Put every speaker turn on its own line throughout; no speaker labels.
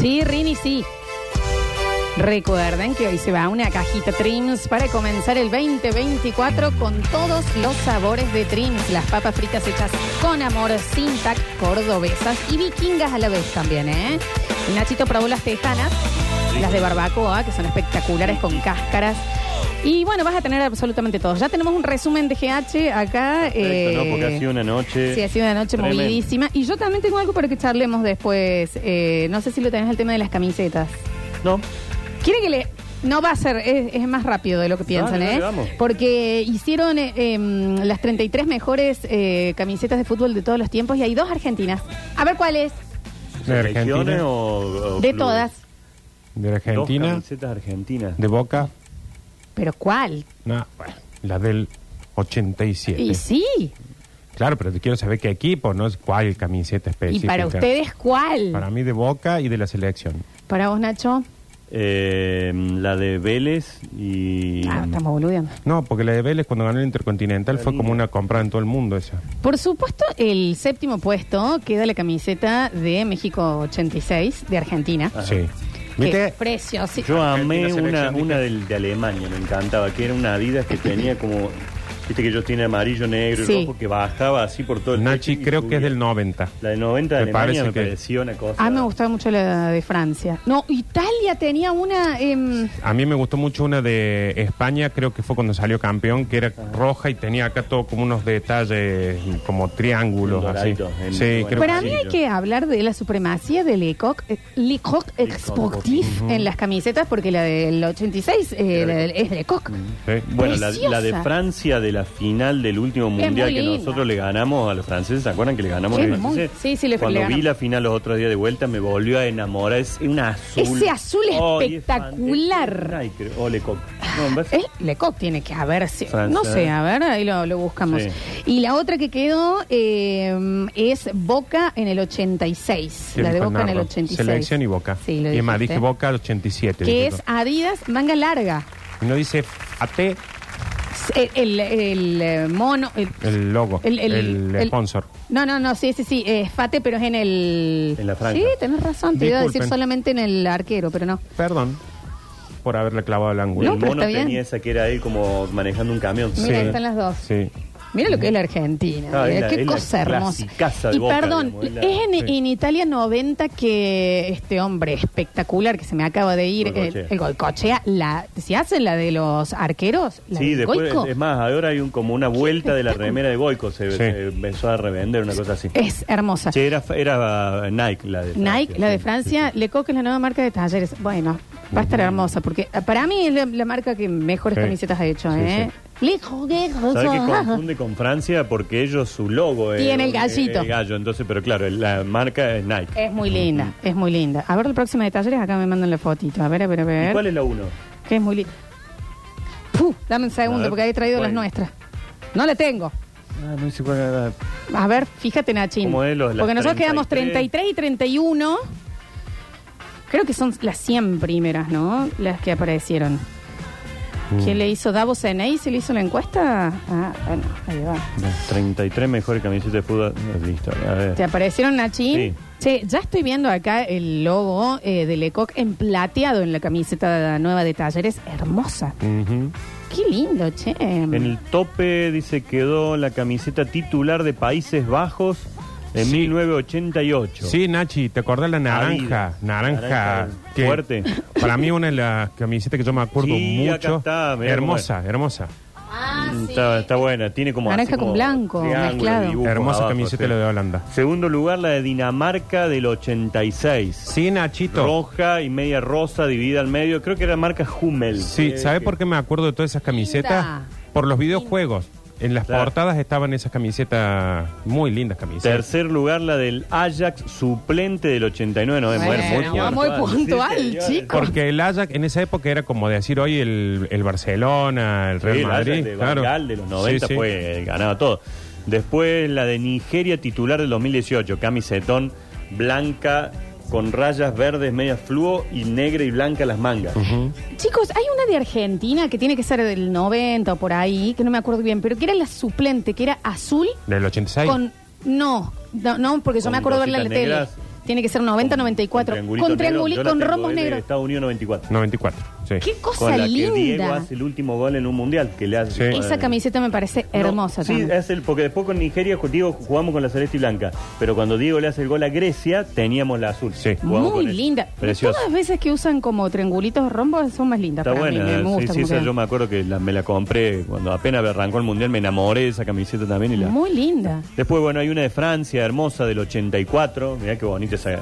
Sí, Rini, sí. Recuerden que hoy se va una cajita Trims para comenzar el 2024 con todos los sabores de Trims. Las papas fritas hechas con amor, sin tac, cordobesas y vikingas a la vez también, ¿eh? El Nachito probó las tejanas, las de barbacoa, que son espectaculares con cáscaras. Y bueno, vas a tener absolutamente todo. Ya tenemos un resumen de GH acá. eh,
Perfecto, ¿no? Porque ha sido una noche.
Sí, ha sido una noche
Tremendo.
movidísima. Y yo también tengo algo para que charlemos después. Eh, no sé si lo tenés el tema de las camisetas.
No,
Quiere que le... No va a ser, es, es más rápido de lo que piensan,
Dale, dale,
¿eh?
vamos.
Porque hicieron eh, em, las 33 mejores eh, camisetas de fútbol de todos los tiempos y hay dos argentinas. A ver cuáles.
De
¿Selecciones
Argentina.
o, o
De
clubes?
todas.
De
Dos
Argentina,
camisetas argentinas.
de Boca,
¿Pero cuál?
no, bueno, la del 87.
Y sí.
Claro, pero te quiero saber qué equipo, no es cuál
¿Y
camiseta
Eh,
específica.
para ustedes cuál?
Para
Para,
mí de Boca y de la selección.
vos, Nacho.
Eh, la de Vélez y.
Ah, estamos boludeando.
No, porque la de Vélez cuando ganó el Intercontinental fue como una compra en todo el mundo esa.
Por supuesto, el séptimo puesto queda la camiseta de México 86 de Argentina.
Ajá.
Sí.
Qué
¿Viste?
Precio, sí.
Yo
Argentina,
amé
selección,
una,
dije.
una del- de Alemania, me encantaba, que era una Adidas que tenía como. Viste que ellos tienen amarillo, negro
Sí.
y rojo, que bajaba así por todo el
Nachi
techo y
creo que es
subía.
del 90.
La de 90 de
Me
Alemania
parece
me
que-
pareció una cosa.
A mí me gustaba mucho la de Francia. No, Italia tenía una. em,
A mí me gustó mucho una de España, creo que fue cuando salió campeón, que era roja y tenía acá todo como unos detalles, como triángulos, así.
Doraditos, en-
Sí,
bueno.
creo
para
que
mí
sí.
hay que hablar de la supremacía de Le Coq, eh, Le Coq
Coq,
Sportif en las camisetas, porque la del 86 eh, la del- es Le Coq.
Sí.
Bueno, la,
Preciosa.
la de Francia de la final del último
Es
mundial
muy
que
linda.
nosotros le ganamos a los franceses, ¿se acuerdan que le ganamos a
Es
los
muy-
franceses?
sí, sí, le-
Cuando
le
vi
ganamos.
la final los otros días de vuelta me volvió a enamorar. Es una azul.
Ese azul
Oh, y es
espectacular. ¿Eh?
fan- Nike, creo. O Le Coq. No, en verdad-
Es Le Coq tiene que haberse.
Francia.
No sé, a ver, ahí lo, lo buscamos.
Sí.
Y la otra que quedó eh, es Boca en el 86.
Sí,
la de
dijo
Boca en el
Nardo.
86.
Selección y Boca.
Sí, lo
y es más,
dijiste.
dije Boca al 87.
Que
dije
es
yo.
Adidas manga larga.
Y no dice AT
El, el- el, eh, mono. el-
el logo, el, sponsor.
No, no, no, sí, sí, sí, es Fate, pero es en el...
En la franja.
Sí, tenés razón, te iba a decir
Disculpen.
solamente en el arquero, pero no.
Perdón por haberle clavado el
El
ángulo.
No, pero
mono
está bien.
tenía esa que era él como manejando un camión.
Mira, ahí están las dos.
Sí.
Mira lo que es la Argentina,
Ah,
mira,
es la-
qué
es la
cosa hermosa.
clasicaza de
y
Boca,
perdón,
digamos, es la-
es en,
Sí.
en Italia 90 que este hombre espectacular que se me acaba de ir,
Goicoechea.
el, el Goicoechea, la, ¿se hace la de los arqueros? ¿La
Sí,
del
después,
Goico?
es más, ahora hay un, como una vuelta de la remera de Goico, se,
Sí.
se empezó a revender, una cosa así.
Es hermosa.
Che, era, era uh, Nike la de Francia,
Nike, la de
sí,
Francia,
sí, Mm.
Le Coq es la nueva marca de talleres. Bueno, va a estar hermosa, porque eh, para mí es la, la marca que mejores
Sí.
camisetas ha hecho,
Sí,
¿eh? Le Coq, eh,
sí. ¿Sabes que
ah,
confunde con Francia? Porque ellos, su logo es... eh,
Tiene el gallito. Eh.
El gallo, entonces, pero claro, la marca es Nike.
Es muy linda, es muy linda. A ver la próxima de talleres, acá me mandan la fotito. A ver, a ver, a
¿Y
ver.
cuál es la uno?
Que es muy linda. Puh, dame un
A
segundo,
ver,
porque había traído las
¿cuál?
nuestras. No la tengo.
Ah, no sé cuál era.
A ver, fíjate, Nachín.
¿Cómo es los- las
Porque nosotros quedamos
33?
33 y 31. Creo que son las 100 primeras, ¿no? Las que aparecieron.
Mm.
¿Quién le hizo? ¿Davos Enei se le hizo la encuesta? Ah, bueno, ahí va.
Las 33 mejores camisetas de fútbol de la historia. A ver.
¿Te aparecieron, Nachín?
Sí.
Che, ya estoy viendo acá el logo eh, de Lecoq en plateado en la camiseta nueva de Talleres. Hermosa.
Ujú.
Qué lindo, che.
En el tope, dice, quedó la camiseta titular de Países Bajos de
Sí.
1988.
Sí, Nachi, ¿te acordás la naranja?
Adidas.
Naranja.
Naranja
que
fuerte.
Para mí una de las camisetas que yo me acuerdo
Sí, acá
mucho.
está, mirá cómo es.
hermosa, hermosa.
Está, está buena, tiene como
Ah, Naranja
así como
con blanco,
triángulo,
mezclado.
dibujo
hermosa
abajo,
camiseta
sí.
la de Holanda.
Segundo lugar, la de Dinamarca del 86.
Sí, Nachito.
Roja y media rosa dividida al medio. Creo que era marca Hummel.
Sí, ¿sabes por qué me acuerdo de todas esas camisetas?
Linda.
Por los videojuegos. En las
Claro.
portadas estaban esas camisetas, muy lindas camisetas.
Tercer lugar, la del Ajax suplente del 89. No, es
Bueno,
muy,
va muy puntual,
señores.
chico.
Porque el Ajax en esa época era como decir hoy el, el Barcelona, el Real
Sí, el Ajax
Madrid.
de Van
claro.
Gaal de los 90
Sí, sí.
fue, ganaba todo. Después la de Nigeria titular del 2018, camisetón blanca con rayas verdes, media fluo y negra y blanca las mangas.
Chicos, hay una de Argentina que tiene que ser del 90 o por ahí, que no me acuerdo bien, pero que era la suplente, que era azul
Del 86.
con... No, no, no, porque yo
Con
me acuerdo verla en la
cositas
tele.
negras.
Tiene que ser 90, 94.
triangulito
Con
negro,
triangulito,
yo la
con
tengo,
romos
es de
negros.
Estados Unidos 94.
94, sí.
Qué cosa
Con la que Diego
linda.
hace el último gol en un mundial que le hace.
Sí.
Esa camiseta me parece
No,
hermosa
sí,
también.
es el, porque después con Nigeria con Diego jugamos con la celeste y blanca. Pero cuando Diego le hace el gol a Grecia, teníamos la azul.
Sí.
Jugamos
Muy
con el-
linda.
Preciosa.
Todas las veces que usan como triangulitos rombos son más lindas.
Está
para mí,
buena,
me gusta
sí, sí,
como
esa
queda.
yo me acuerdo que la- me la compré cuando apenas arrancó el mundial, me enamoré de esa camiseta también y la.
Muy linda.
Después, bueno, hay una de Francia, hermosa, del 84. Mirá qué bonita esa,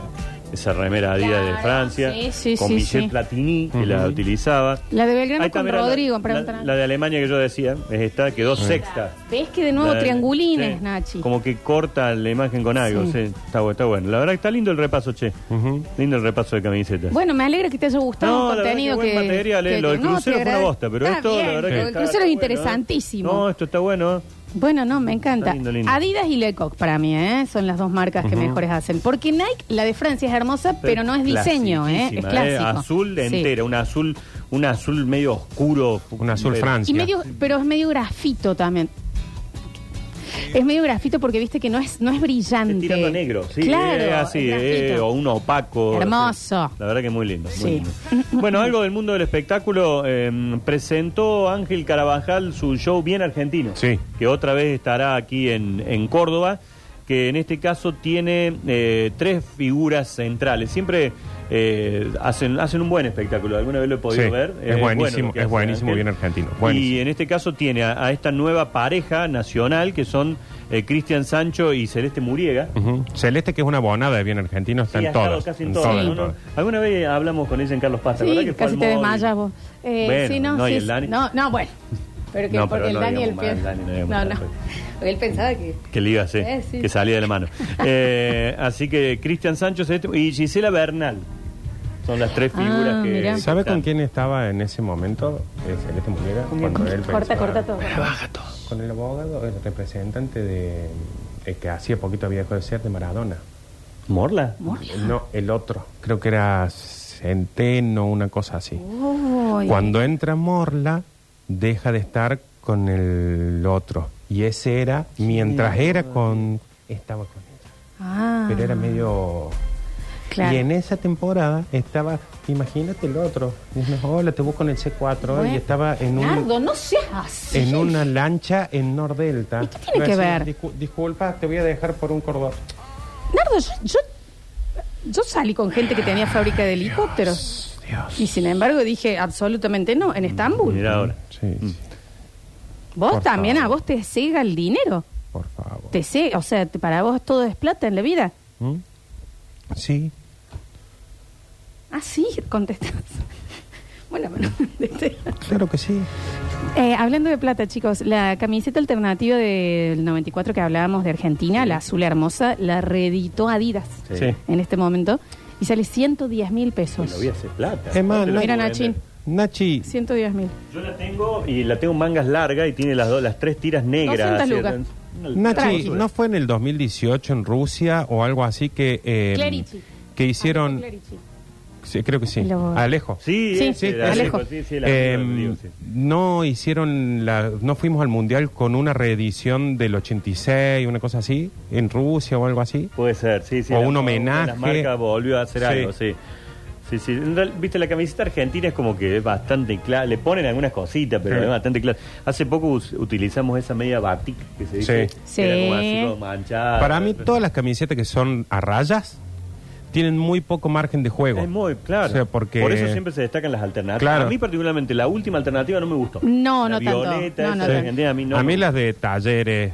esa remera Adidas de
Claro,
Francia.
sí, sí,
con
sí,
Michel
sí.
Platini, que la utilizaba.
La de Belgrano
Ahí
con
también la-
Rodrigo, me
la,
preguntan.
la de Alemania que yo decía, es esta, quedó sexta.
¿Ves que de nuevo
La-
triangulines,
sí,
Nachi?
Como que corta la imagen con algo,
Sí.
sí. Está, bu- está bueno. La verdad que está lindo el repaso, che.
Ujú.
Lindo el repaso de camisetas.
Bueno, me alegra que te haya gustado
No,
el
la verdad que
contenido
buen
que.
material, eh.
que-
Lo del
no,
crucero
te
fue una
agrade-
bosta, pero
Está
esto, la
bien,
verdad
lo
que
del
está-
crucero
está
es
bueno, ¿eh?
interesantísimo.
No, esto está bueno.
Bueno, no, me encanta.
Está lindo, lindo.
Adidas y Lecoq para mí, ¿eh? Son las dos marcas que mejores hacen. Porque Nike, la de Francia es hermosa, pero no es diseño, ¿eh? Es
Clasiquísima,
clásico.
Azul de
Sí.
entera, un azul, un azul medio oscuro. eh,
Un azul
Pero-
Francia.
Y medio, pero es medio grafito también. Es medio grafito porque viste que no es, no es brillante.
Es tirando a negro, sí,
Claro,
es así,
es
eh,
grafito.
o un opaco.
Hermoso.
sí. La verdad que muy lindo. muy
Sí.
lindo. Bueno, algo del mundo del espectáculo. eh, presentó Ángel Carabajal su show Bien Argentino,
Sí.
que otra vez estará aquí en, en Córdoba, que en este caso tiene eh, tres figuras centrales. Siempre eh, hacen, hacen un buen espectáculo, alguna vez lo he podido
Sí,
ver.
es
Eh, bueno lo
buenísimo,
que
es
hace
buenísimo
Ángel.
Bien Argentino, buenísimo.
Y en este caso tiene a, a esta nueva pareja nacional que son eh, Cristian Sancho y Celeste Muriega.
Ujú. Celeste, que es una bonada de bien argentino, está
Sí, ha
en
estado
todas.
casi en
en
todas,
todas, en
¿no?
todas.
Alguna vez hablamos con ella en Carlos Paz,
Sí,
¿verdad? Que fue
casi
al
te
móvil?
desmayas vos. Eh,
Bueno,
sí, no,
no, y
sí,
el Dani.
no, no, bueno. Pero que
No,
porque
pero
el
no
Dani el
digamos
pie.
mal, Dani, no digamos
no,
mal,
no.
pues.
Él pensaba que.
Que le iba a hacer,
Eh, sí.
que salía de la mano. Eh, así que Cristian Sancho Celeste- y Gisela Bernal son las tres
Ah,
figuras
mirá.
que.
¿Sabe
están.
con quién estaba en ese momento eh, Celeste Muriega? Cuando él
Corta,
pensaba-
corta todo.
Con el abogado, el representante de. el que hacía poquito había dejado de ser de Maradona.
¿Morla?
No, el otro. Creo que era Centeno, una cosa así.
Uy.
Cuando entra Morla, deja de estar con el otro. Y ese era, mientras era con. Estaba con él.
Ah,
Pero era medio. ¿eh?
claro.
Y en esa temporada estaba, imagínate el otro. Dices, hola, te busco en el C4.
Bueno,
Y estaba en un.
Nardo, no seas así.
En una lancha en Nordelta.
¿Y qué tiene que ver?
"Discu- disculpa, te voy a dejar por un cordón.
Nardo, yo, yo, yo salí con gente que tenía fábrica de helicópteros.
Dios.
Y sin embargo dije, absolutamente no, en Estambul.
Mirá ahora.
Sí,
Mm.
sí,
vos
por
también,
favor.
a vos te cega el dinero.
por favor.
Te cega, o sea, te- para vos todo es plata en la vida.
¿Mm? Sí.
Ah, sí, contestas. Bueno, me lo contesté.
Claro que sí.
Eh, hablando de plata, chicos, la camiseta alternativa del 94 que hablábamos de Argentina, la azul hermosa, la reeditó Adidas
Sí.
Sí.
en este momento y sale 110 mil
Pues
pesos.
lo voy a hacer plata.
Es más,
Te lo
no-
Mira,
puedo
Nachín.
vender.
110 mil.
Yo la tengo y la tengo mangas largas y tiene las, dos, las tres tiras negras.
200
así,
lucas.
una- una-
Nachi,
una-
¿no fue en el 2018 en Rusia o algo así que eh,
Clerici.
que hicieron? Sí, creo que sí.
Lo-
Alejo.
Sí,
Sí,
ese,
sí,
la-
Alejo.
sí, sí, la-
Eh,
digo, sí.
no hicieron la, no fuimos al mundial con una reedición del 86, una cosa así en Rusia o algo así.
Puede ser, sí, sí.
O
la-
un homenaje.
Las marcas volvió a hacer
Sí.
algo, sí. Sí, sí. En real- Viste, la camiseta argentina es como que es bastante clara. Le ponen algunas cositas, pero
Sí.
es bastante clara. Hace poco us- utilizamos esa media batik que se dice.
Sí.
Sí.
que era como así, como manchada.
Para mí todas las camisetas que son a rayas tienen muy poco margen de juego.
Es muy claro.
O sea, porque
Por eso siempre se destacan las alternativas.
Claro.
A mí, particularmente, la última alternativa no me gustó.
No,
La
no tanto.
violeta,
No,
esa
no
de
tanto.
Argentina, a mí no.
a mí las de talleres,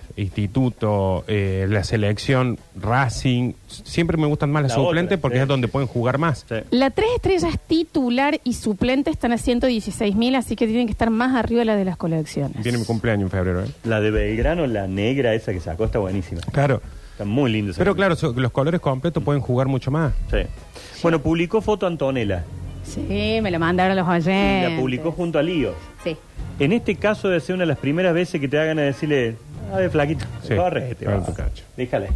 instituto, eh, la selección, Racing, siempre me gustan más las
La otra,
suplentes porque
sí.
es donde pueden jugar más.
Sí.
La tres estrellas titular y suplente están a 116 mil, así que tienen que estar más arriba de las de las colecciones.
Tiene mi cumpleaños en febrero, ¿eh?
La de Belgrano, la negra esa que sacó, está buenísima.
Claro.
Está muy linda esa
Pero
camiseta.
claro, so- los colores completos pueden jugar mucho más.
Sí. Bueno, publicó foto Antonella.
Sí, me la mandaron los
Y
oyentes.
la publicó junto a Lío.
Sí.
En este caso debe ser una "Ah, de las primeras veces que te hagan a decirle, a ver, flaquito,
Sí,
corre, te
a ver
va.
tu cacho.
Déjale.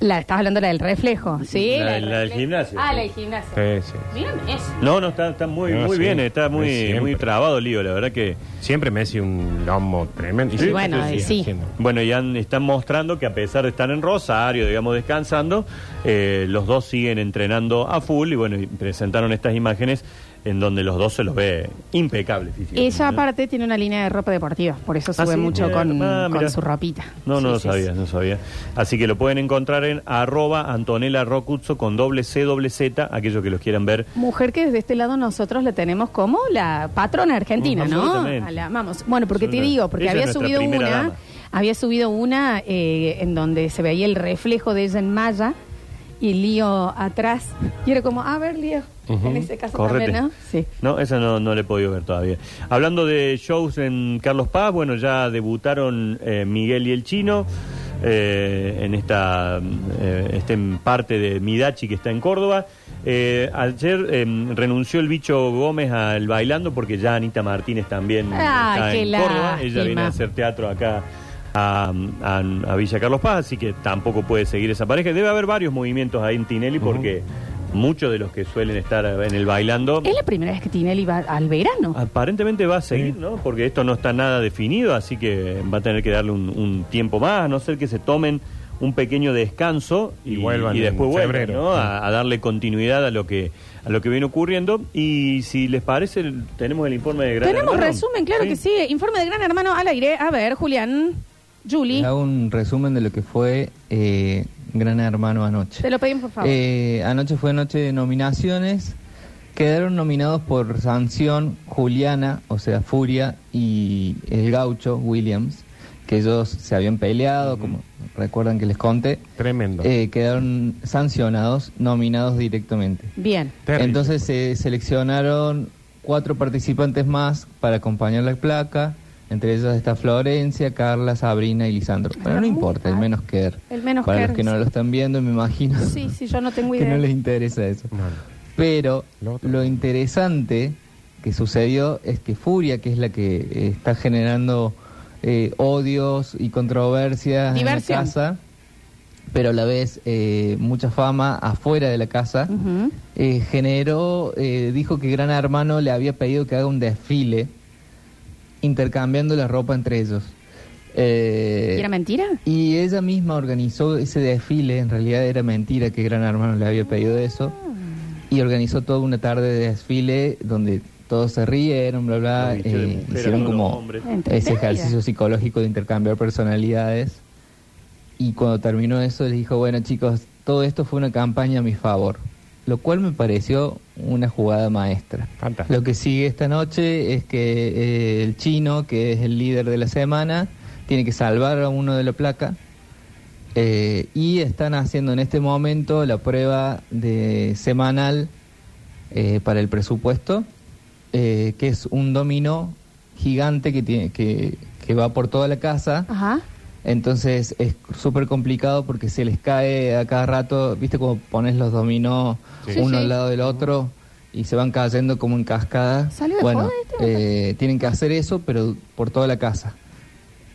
La estás hablando la del reflejo, ¿sí?
La-
del
la del
reflejo.
gimnasio,
Ah,
sí.
la del gimnasio.
Sí, sí.
Mírame eso.
No, no, está, está muy,
No,
muy
sí.
bien, está
Es
muy,
siempre.
muy trabado lío, la verdad que.
Siempre Messi un lomo tremendo.
Sí,
siempre
bueno,
se
eh,
sigue
sí.
haciendo.
Bueno, ya han- están mostrando que a pesar de estar en Rosario, digamos, descansando, eh, los dos siguen entrenando a full y bueno, y presentaron estas imágenes en donde los dos se los ve impecables físicamente.
Ella
¿no?
aparte tiene una línea de ropa deportiva, por eso sube
¿Ah, sí?
mucho con,
Ah,
con
mira.
su ropita.
No,
Sí,
no lo
sí,
sabía,
sí.
no sabía. Así que lo pueden encontrar en arroba Antonella Rocuzzo con doble C, doble Z, aquellos que los quieran ver.
Mujer que desde este lado nosotros la tenemos como la patrona argentina,
Mm,
¿no?
absolutamente.
A la amamos. Bueno, porque te
Absolutamente.
digo, porque
Ella es
había
nuestra
subido
primera
una,
dama.
había subido una eh, en donde se veía el reflejo de ella en malla y Lío atrás. Y era como, a ver, Lío, en ese caso
Correte.
también, ¿no? Sí.
No, esa no, no la he podido ver todavía. Hablando de shows en Carlos Paz, bueno, ya debutaron eh, Miguel y el Chino eh, en esta eh, este parte de Midachi que está en Córdoba. Eh, ayer eh, renunció el bicho Gómez al bailando porque ya Anita Martínez también
Ah,
está
qué
en Córdoba.
lástima.
Ella viene a hacer teatro acá. A, a- a Villa Carlos Paz, así que tampoco puede seguir esa pareja. Debe haber varios movimientos ahí en Tinelli porque muchos de los que suelen estar en el bailando
Es la primera vez que Tinelli va al verano.
Aparentemente va a seguir, ¿no? Porque esto no está nada definido, así que va a tener que darle un, un tiempo más, a no ser que se tomen un pequeño descanso y,
Y vuelvan
y después
en
vuelvan,
febrero.
¿no? A, a darle continuidad a lo que a lo que viene ocurriendo. Y si les parece, el- tenemos el informe de Gran
Tenemos
Hermano.
resumen, claro que sí. Informe de Gran Hermano al aire. A ver, Julián, Juli,
Les hago un resumen de lo que fue eh, Gran Hermano anoche.
te lo pedimos por favor.
Eh, anoche fue noche de nominaciones. Quedaron nominados por Sanción, Juliana, o sea, Furia, y el gaucho, Williams, que ellos se habían peleado, como recuerdan que les conté.
Tremendo.
Eh, quedaron sancionados, nominados directamente.
Bien.
Terrible.
Entonces se seleccionaron cuatro participantes más para acompañar la placa. Entre ellas está Florencia, Carla, Sabrina y Lisandro. Pero no
Muy
importa, el
mal.
menos querer.
Ah, El menos
Para
querer,
los que no
sí.
lo están viendo, me imagino
Sí, sí, yo no tengo
que
idea.
no les interesa eso.
No, no.
Pero
Lo otro.
lo interesante que sucedió es que Furia, que es la que eh, está generando eh, odios y controversias en la
Diversión.
casa, pero a la vez eh, mucha fama afuera de la casa,
Ujú.
eh, generó, eh, dijo que Gran Hermano le había pedido que haga un desfile intercambiando la ropa entre ellos. Eh,
¿Y era mentira?
y ella misma organizó ese desfile, en realidad era mentira que Gran Hermano le había pedido eso,
Ah.
y organizó toda una tarde de desfile donde todos se rieron, bla, bla,
Lo viste de
eh,
mujer a
hicieron
todos los
como
hombres.
ese
Entretenida.
ejercicio psicológico de intercambiar personalidades, y cuando terminó eso les dijo, bueno chicos, todo esto fue una campaña a mi favor, lo cual me pareció una jugada maestra.
Fantástico.
Lo que sigue esta noche es que eh, el chino, que es el líder de la semana, tiene que salvar a uno de la placa. eh, y están haciendo en este momento la prueba de semanal eh, para el presupuesto, eh, que es un dominó gigante que, tiene, que, que va por toda la casa.
Ajá.
Entonces es súper complicado porque se les cae a cada rato, viste como pones los dominó
Sí. Sí,
uno
sí.
al lado del otro y se van cayendo como en cascada.
¿Salió de
bueno,
joda este?
eh, tienen que hacer eso, pero por toda la casa.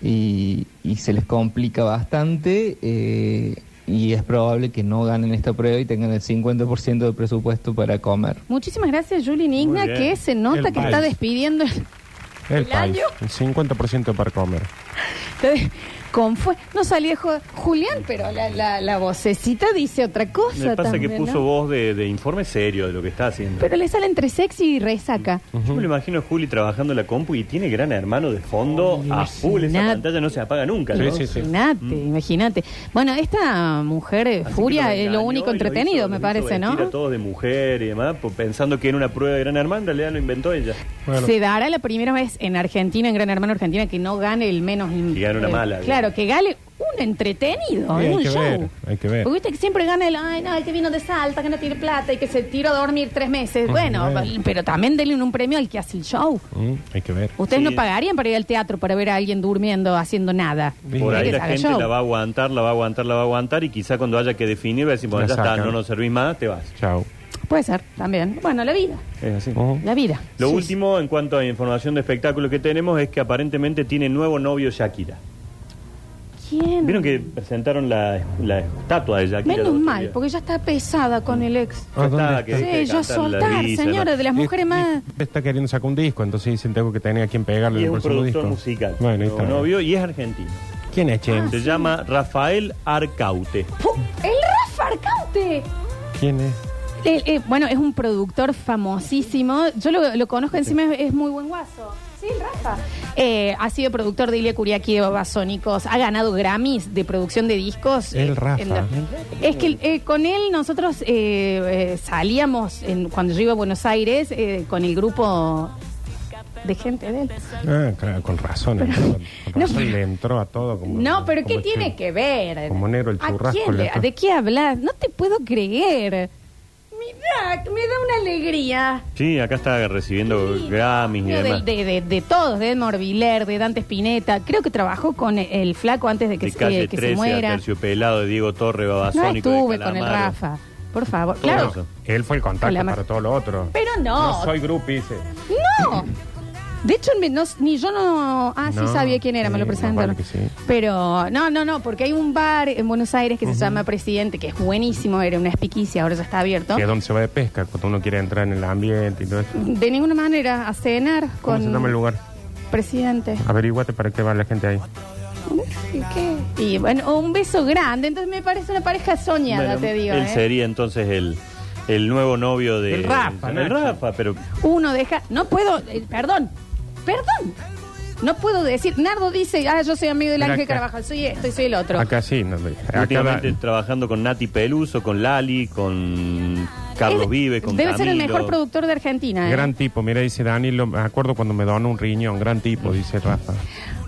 Y, y se les complica bastante eh, y es probable que no ganen esta prueba y tengan el 50% de presupuesto para comer.
Muchísimas gracias, Juli Nigna,
Muy bien.
que se nota
El
que está
país.
despidiendo. el-
El
el año.
país. El 50% para comer.
está de- Con fue, no salí de jo- Julián, pero la, la, la vocecita dice otra cosa.
Me pasa
también,
que
¿no?
puso voz de, de informe serio de lo que está haciendo.
Pero le sale entre sexy y resaca.
Yo me lo imagino a Juli trabajando en la compu y tiene gran hermano de fondo a full. Esa
Imagínate.
pantalla no se apaga nunca.
Sí,
¿no?
sí, sí.
Imagínate, imagínate. Bueno, esta mujer eh,
Mm. Así que
furia
los
es lo
engañó
único
y los
entretenido,
hizo-
me
los
parece,
hizo
¿no?
vestir a todos de mujer y demás, po- pensando que era una prueba de gran hermana, en realidad lo inventó ella.
Bueno.
Se dará la primera vez en Argentina, en Gran Hermano Argentina, que no gane el menos. im-
Que gane una
eh,
mala,
Claro,
digamos.
que gane un entretenido,
Sí,
eh,
hay
un
que
show.
ver, hay que ver.
Porque viste que siempre gana el, ay, no, el que vino de Salta, que no tiene plata y que se tiró a dormir tres meses. Bueno,
bueno.
pero también denle un premio al que hace el show.
Mm, hay que ver.
Ustedes
Sí.
no pagarían para ir al teatro para ver a alguien durmiendo, haciendo nada.
Sí.
Por
Hay
ahí
que
la
sacar
gente
show.
la va a aguantar, la va a aguantar, la va a aguantar y quizá cuando haya que definir va a decir, bueno,
La
ya está,
sacan.
no nos servís más, te vas.
Chao.
Puede ser, también. Bueno, la vida,
Es así.
Ujú.
la vida.
Lo
Sí,
último en cuanto a información de espectáculo que tenemos es que aparentemente tiene nuevo novio Shakira.
sí. quién?
Vieron que presentaron la, la estatua de Shakira. el
Menos
otro
mal,
día?
porque ya está pesada con el ex.
Ah, ¿dónde
Está,
está?
que- que
Sí, ya
cantan la
soltar,
Lisa,
señora,
la-
de las mujeres más.
Y- y Está queriendo sacar un disco, entonces dicen tengo que tener a quien pegarle
Y es
el
un
próximo
productor
disco.
musical.
Bueno, ahí
Tengo
está.
un novio y es argentino.
¿Quién es,
Ah,
che?
Se llama Rafael Arcaute.
¡Pu! ¡El Rafa Arcaute!
¿Quién es?
Eh, eh, bueno, es un productor famosísimo. Yo lo, lo conozco, encima es, es muy buen guaso. Sí, el Rafa. Eh, ha sido productor de Ilia Curiaqui de Babasónicos. Ha ganado Grammys de producción de discos.
El
Eh,
Rafa.
en la- es que eh, con él nosotros eh, eh, salíamos en- cuando yo iba a Buenos Aires eh, con el grupo de gente de él.
Ah, claro, con razón. entró, con
no,
razón
pero-
le entró a todo. Como,
No, pero ¿qué
como
tiene
chu-
que ver?
como negro el
¿A
churrasco,
quién
la
le-
otra.
¿De qué hablas? No te puedo creer. Mira, me da una alegría.
Sí, acá está recibiendo
Sí,
Grammys y
de,
demás.
de- de- de todos, de Edmond Viller, de Dante Spinetta. Creo que trabajó con el flaco antes de que,
de
se-
calle
que
13
se
a
muera.
terciopelado de Diego Torre
No
Babasónico de
estuve con el
Calamaro.
Rafa, por favor.
Todo
Claro,
eso.
Él fue el contacto
Hola, Mar-
para todo lo otro.
pero no.
No soy grupi, dice.
No. De hecho, me- no- ni yo no. Ah, sí
No,
sabía quién era, me
sí,
lo
más
presentaron.
vale que sí.
Pero no, no, no, porque hay un bar en Buenos Aires que se llama Presidente, que es buenísimo, era una espiquicia, ahora ya está abierto.
Que es donde se va de pesca, cuando uno quiere entrar en el ambiente y todo eso.
De ninguna manera, a cenar
¿Cómo
con
se llama el lugar? Ah.
Presidente.
Averíguate para qué va la gente ahí.
¿Y qué? Y bueno, un beso grande, entonces me parece una pareja soñada,
Bueno,
te digo.
él
¿eh?
sería entonces el, el nuevo novio de
El Rafa,
el
Nacho.
Rafa, pero
Uno deja. No puedo. eh, perdón. Perdón. No puedo decir. Nardo dice, ah, yo soy amigo del
Pero
Ángel
acá-
Carvajal, soy esto y soy el otro.
Acá sí, no, acá
últimamente
da-
trabajando con Nati Peluso, con Lali, con Carlos
Es-
Vives, con
Debe ser el
Camilo.
mejor productor de Argentina. ¿eh?
Gran tipo, mira, dice Danilo, me acuerdo cuando me donó un riñón, gran tipo, dice Rafa.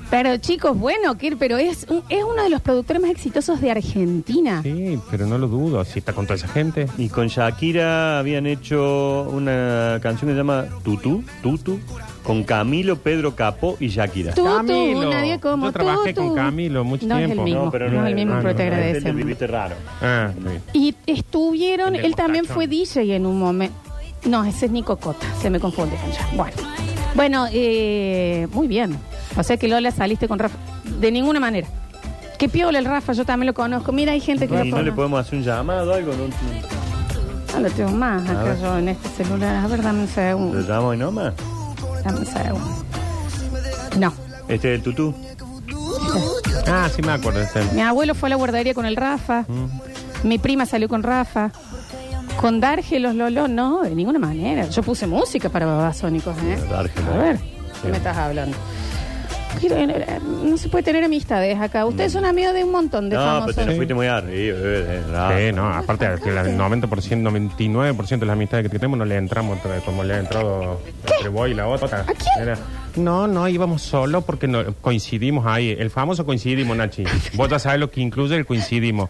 Pero chicos, bueno, Kir, pero es, un- es uno de los productores más exitosos de Argentina.
Sí, pero no lo dudo, si está con toda esa gente.
Y con Shakira habían hecho una canción que se llama Tutu, Tutu, con Camilo, Pedro Capó y Shakira.
Tú,
Camilo.
tú, nadie como
Yo trabajé
tú,
con
tú.
Camilo mucho
no
tiempo.
Es el mismo, no, es el mismo,
no,
pero te
no, no,
agradezco.
agradecemos.
viviste raro.
Ah, sí.
Y estuvieron,
El del
él también
mostachón.
fue DJ en un momento. No, ese es Nico Cota, se me confunde con ya. Bueno, bueno eh, muy bien. O sea que Lola saliste con Rafa. De ninguna manera. Qué piola el Rafa, yo también lo conozco. Mira, hay gente que
Y
lo
no le
conoce.
podemos hacer un llamado algo, no,
No Ah, lo tengo más acá
ver.
yo en este celular. A ver, dame un
lo
segundo.
llamamos y nomás.
Dame un segundo. No.
Este es el Tutu.
Ah, sí me acuerdo. este.
Mi abuelo fue a la guardería con el Rafa.
Mm.
Mi prima salió con Rafa. Con Darge los Lolo, no, de ninguna manera. Yo puse música para babasónicos, ¿eh?
Darge,
a
¿no?
ver,
Sí.
¿qué me estás hablando? Pero, eh, No se puede tener amistades acá. Ustedes son amigos de un montón de
Mm. No, pero
famosos.
te nos fuiste muy arriba. eh, eh,
Ah.
Rafa.
Sí, no, aparte de que el 90%, 99% de las amistades que tenemos no le entramos tra- como le ha entrado entre vos y la otra.
quién?
Era, no, no, íbamos solo porque no- coincidimos ahí. El famoso coincidimos, Nachi. vos ya sabes lo que incluye el coincidimos.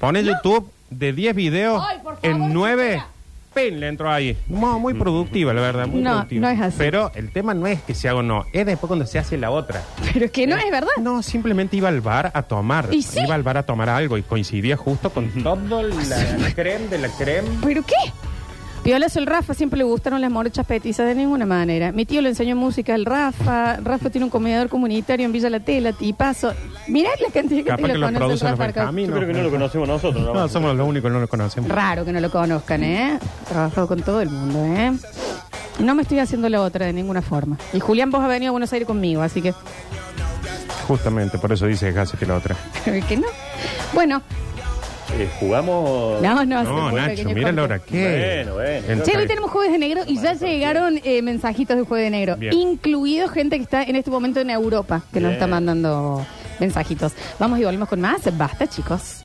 Pone YouTube de 10 videos,
Ay, por favor,
en 9,
supera.
pen, le entró ahí. No, muy productiva, la verdad, muy
No,
productiva.
no es así.
Pero el tema no es que se haga o no, es después cuando se hace la otra.
Pero es que no es verdad.
No, simplemente iba al bar a tomar.
¿Y sí?
Iba al bar a tomar algo y coincidía justo con todo la creme de la creme.
¿Pero qué? Piola el Rafa, siempre le gustaron las morochas petizas de ninguna manera. Mi tío le enseñó música al Rafa. Rafa tiene un comedor comunitario en Villa La Tela, tipazo. Mirá la cantidad que
Capaz
te
que lo
conoce el
producen los
Rafa Arcau.
Yo creo que no lo
benjaminos.
conocemos nosotros. ¿no?
No, somos los únicos que no lo conocemos.
Raro que no lo conozcan, ¿eh? Trabajado con todo el mundo, ¿eh? No me estoy haciendo la otra de ninguna forma. Y Julián, vos has venido a Buenos Aires conmigo, así que.
Justamente, por eso dice Gassi que la otra.
que no. Bueno,
Eh, jugamos.
no, no, hace
No,
Ah, muy
Nacho,
pequeño
mira
corte.
la hora. ¿Qué?
Bueno, bueno.
En-
Che, hoy tenemos Jueves de Negro y ya llegaron eh, mensajitos de Jueves de Negro,
Bien.
incluido gente que está en este momento en Europa, que nos
Bien.
está mandando mensajitos. Vamos y volvemos con más. Basta, chicos.